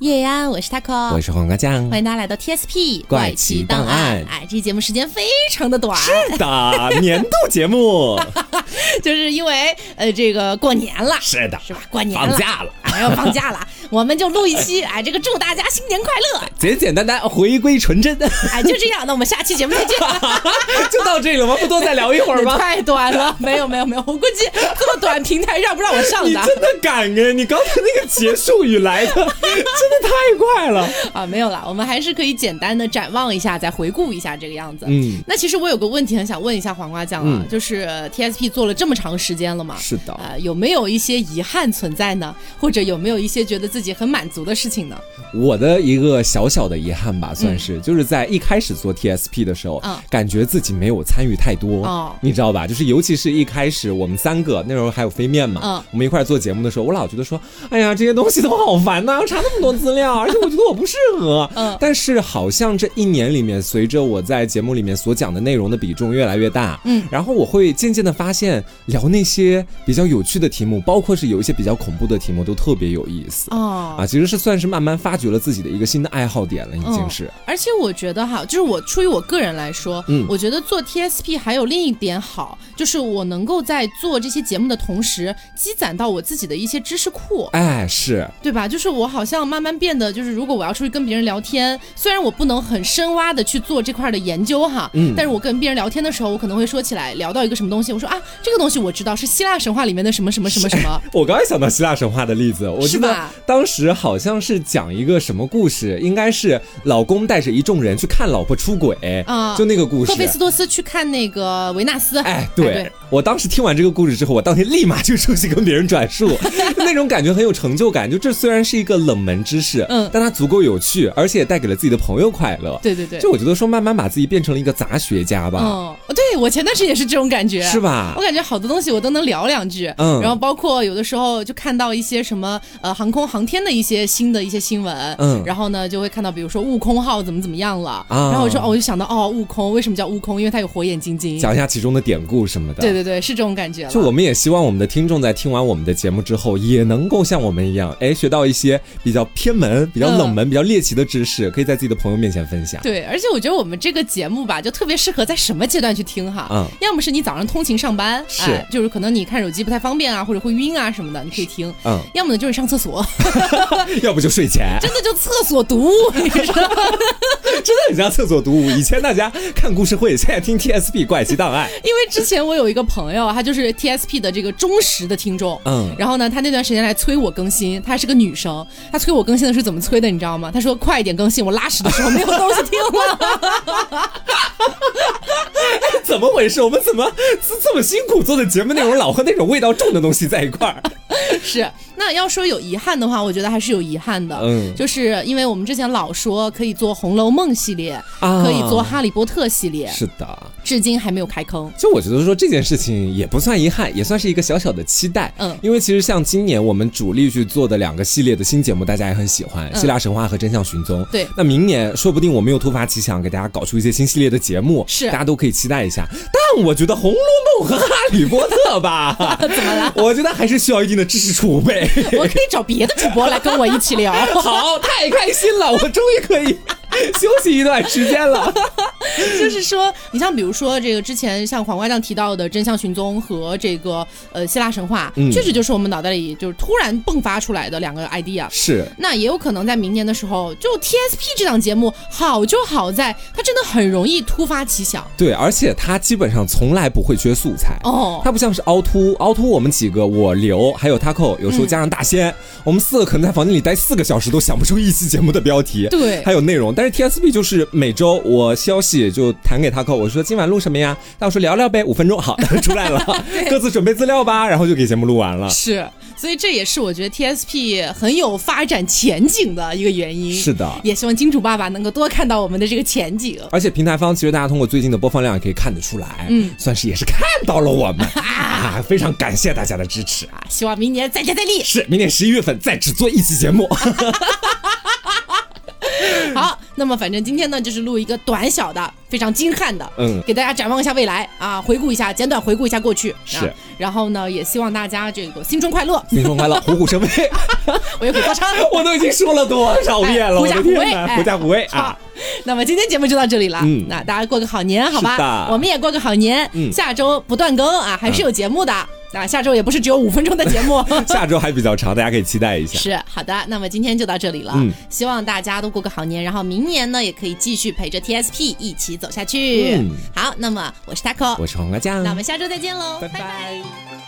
叶安，我是 taco，我是黄瓜酱，啊欢迎大家来到 TSP 怪奇档案哎，这节目时间非常的短，是的，年度节目，就是因为呃这个过年了，是的，是吧？过 年了，放假了，哎要放假了，我们就录一期，哎，这个祝大家新年快 乐，简简单单，回归纯真， 哎，就这样，那我们下期节目再见。就到这里了吗？不多再聊一会儿吗？太短了，没有没有没有，我估计这么短平台让不让我上你的？真的敢哎！你刚才那个结束语来的，真的太快了。 啊，没有啦，我们还是可以简单的展望一下，再回顾一下这个样子。嗯，那其实我有个问题很想问一下黄瓜酱啊，嗯就是 TSP 做了这么长时间了嘛？是的呃，有没有一些遗憾存在呢？或者有没有一些觉得自己很满足的事情呢？我的一个小小的遗憾吧，算是、就是在一开始做 TSP 的时候，嗯感觉自己没有参与太多，哦你知道吧？就是尤其是一开始我们三个那时候还有飞面嘛，嗯我们一块儿做节目的时候，我老觉得说，哎呀，这些东西都好烦呐、查那么多资料，而且我觉得我不适合。嗯但是好像这一年里面，随着我在节目里面所讲的内容的比重越来越大，嗯然后我会渐渐的发现，聊那些比较有趣的题目，包括是有一些比较恐怖的题目，都特别有意思。哦啊，其实是算是慢慢发掘了自己的一个新的爱好点了，已经是。嗯而且我觉得哈，就是我出于我个人来说，嗯我觉得做 TSP 还有另一点好，就是我能够在做这些节目的同时，积攒到我自己的一些知识库，哎，是对吧？就是我好像慢慢变得，就是如果我要出去跟别人聊天，虽然我不能很深挖的去做这块的研究哈，嗯但是我跟别人聊天的时候，我可能会说起来，聊到一个什么东西，我说啊，这个东西我知道是希腊神话里面的什么什么什么什么，我刚才想到希腊神话的例子，我记是得吧当时好像是讲一个什么故事，应该是老公带着一众人去看老婆出轨，啊就那个故事赫。菲斯托斯去看那个维纳斯，哎，对,、我当时听完这个故事之后，我当天立马就出去跟别人转述，那种感觉很有成就感。就这虽然是一个冷门知识，嗯但它足够有趣，而且也带给了自己的朋友快乐。对对对就我觉得说，慢慢把自己变成了一个杂学家吧。嗯，对我前段时间也是这种感觉，是吧我感觉好多东西我都能聊两句，嗯然后包括有的时候就看到一些什么呃航空航天的一些新的一些新闻，嗯然后呢就会看到比如说悟空号怎么怎么样了，啊然后我说哦我就想到哦悟空为什么叫悟空，因为他有火眼金睛，讲一下其中的典故什么的。对对对，是这种感觉了，就我们也希望我们的听众在听完我们的节目之后，也能够像我们一样，哎，学到一些比较偏门、比较冷门、比较猎奇的知识，可以在自己的朋友面前分享。对，而且我觉得我们这个节目吧，就特别适合在什么阶段去听哈。嗯要么是你早上通勤上班，是哎就是可能你看手机不太方便啊，或者会晕啊什么的，你可以听。 嗯要么呢就是上厕所， 要不就睡前，真的就厕所读物，你知道吗？真的很像厕所读物。以前大家看故事会，现在听 TSP 怪奇档案。因为之前我有一个朋友，啊她就是 TSP 的这个忠实的听众，嗯然后呢，她那段时间来催我更新，她还是个女生，她催我更新的是怎么催的，你知道吗？她说快一点更新，我拉屎的时候没有东西听 了。怎么回事？我们怎么这这么辛苦做的节目内容，老和那种味道重的东西在一块儿？是，那要说有遗憾的话，我觉得还是有遗憾的，嗯就是因为我们之前老说可以做《红楼梦》系列，啊可以做《哈利波特》系列，是的。至今还没有开 坑。就我觉得说这件事情也不算遗憾，也算是一个小小的期待。嗯因为其实像今年我们主力去做的两个系列的新节目，大家也很喜欢《希腊神话》和《真相寻踪》。对那明年说不定我们又突发奇想，给大家搞出一些新系列的节目，是大家都可以期待一下。但我觉得《红楼梦》和《哈利波特》吧，怎么了？我觉得还是需要一定的知识储备。我可以找别的主播来跟我一 起聊。好，太开心了，我终于可以休息一段时间了。就是说，你像比如说这个之前像黄瓜酱提到的《真相寻踪》和这个呃希腊神话，嗯确实就是我们脑袋里就是突然迸发出来的两个 idea。是，那也有可能在明年的时候，就 TSP 这档节目好就好在它真的很容易突发奇想对，而且他基本上从来不会缺素材。哦。它不像是凹凸，凹凸我们几个我刘还有 Taco，有时嗯候加上大仙，我们四个可能在房间里待四个小时都想不出一期节目的标题，对还有内容。但是 TSB 就是每周我消息就弹给 Taco，我说今晚录什么呀？Taco 说聊聊呗，五分钟，好 出来 了，各自准备资料吧，然后就给节目录完了。是，所以这也是我觉得 TSP 很有发展前景的一个原因。是的也希望金主爸爸能够多看到我们的这个前景。而且平台方其实大家通过最近的播放量也可以看得出来，嗯，算是也是看到了我 们啊，非常感谢大家的支持啊！希望明年再接再厉。是，明年十一月份再只做一期节目。 好，那么反正今天呢，就是录一个短小的、非常精悍的，嗯，给大家展望一下未来啊，回顾一下，简短回顾一下过去。啊是。嗯然后呢，也希望大家这个新春快乐，新春快乐，虎 虎生威。我也虎 过山。我都已经说了多少遍了，哎我的天狐假虎威哪，狐假虎威啊！那么今天节目就到这里了，嗯那大家过个好年，好是的吧？我们也过个好年，嗯下周不断更啊，还是有节目的。啊，下周也不是只有五分钟的节 目， 下周还比较长，大家可以期待一下。是好的，那么今天就到这里了，嗯希望大家都过个好年，然后明年呢也可以继续陪着 TSP 一起走下去。嗯好，那么我是 Taco，我是黄瓜酱，那我们下周再见喽，拜拜拜拜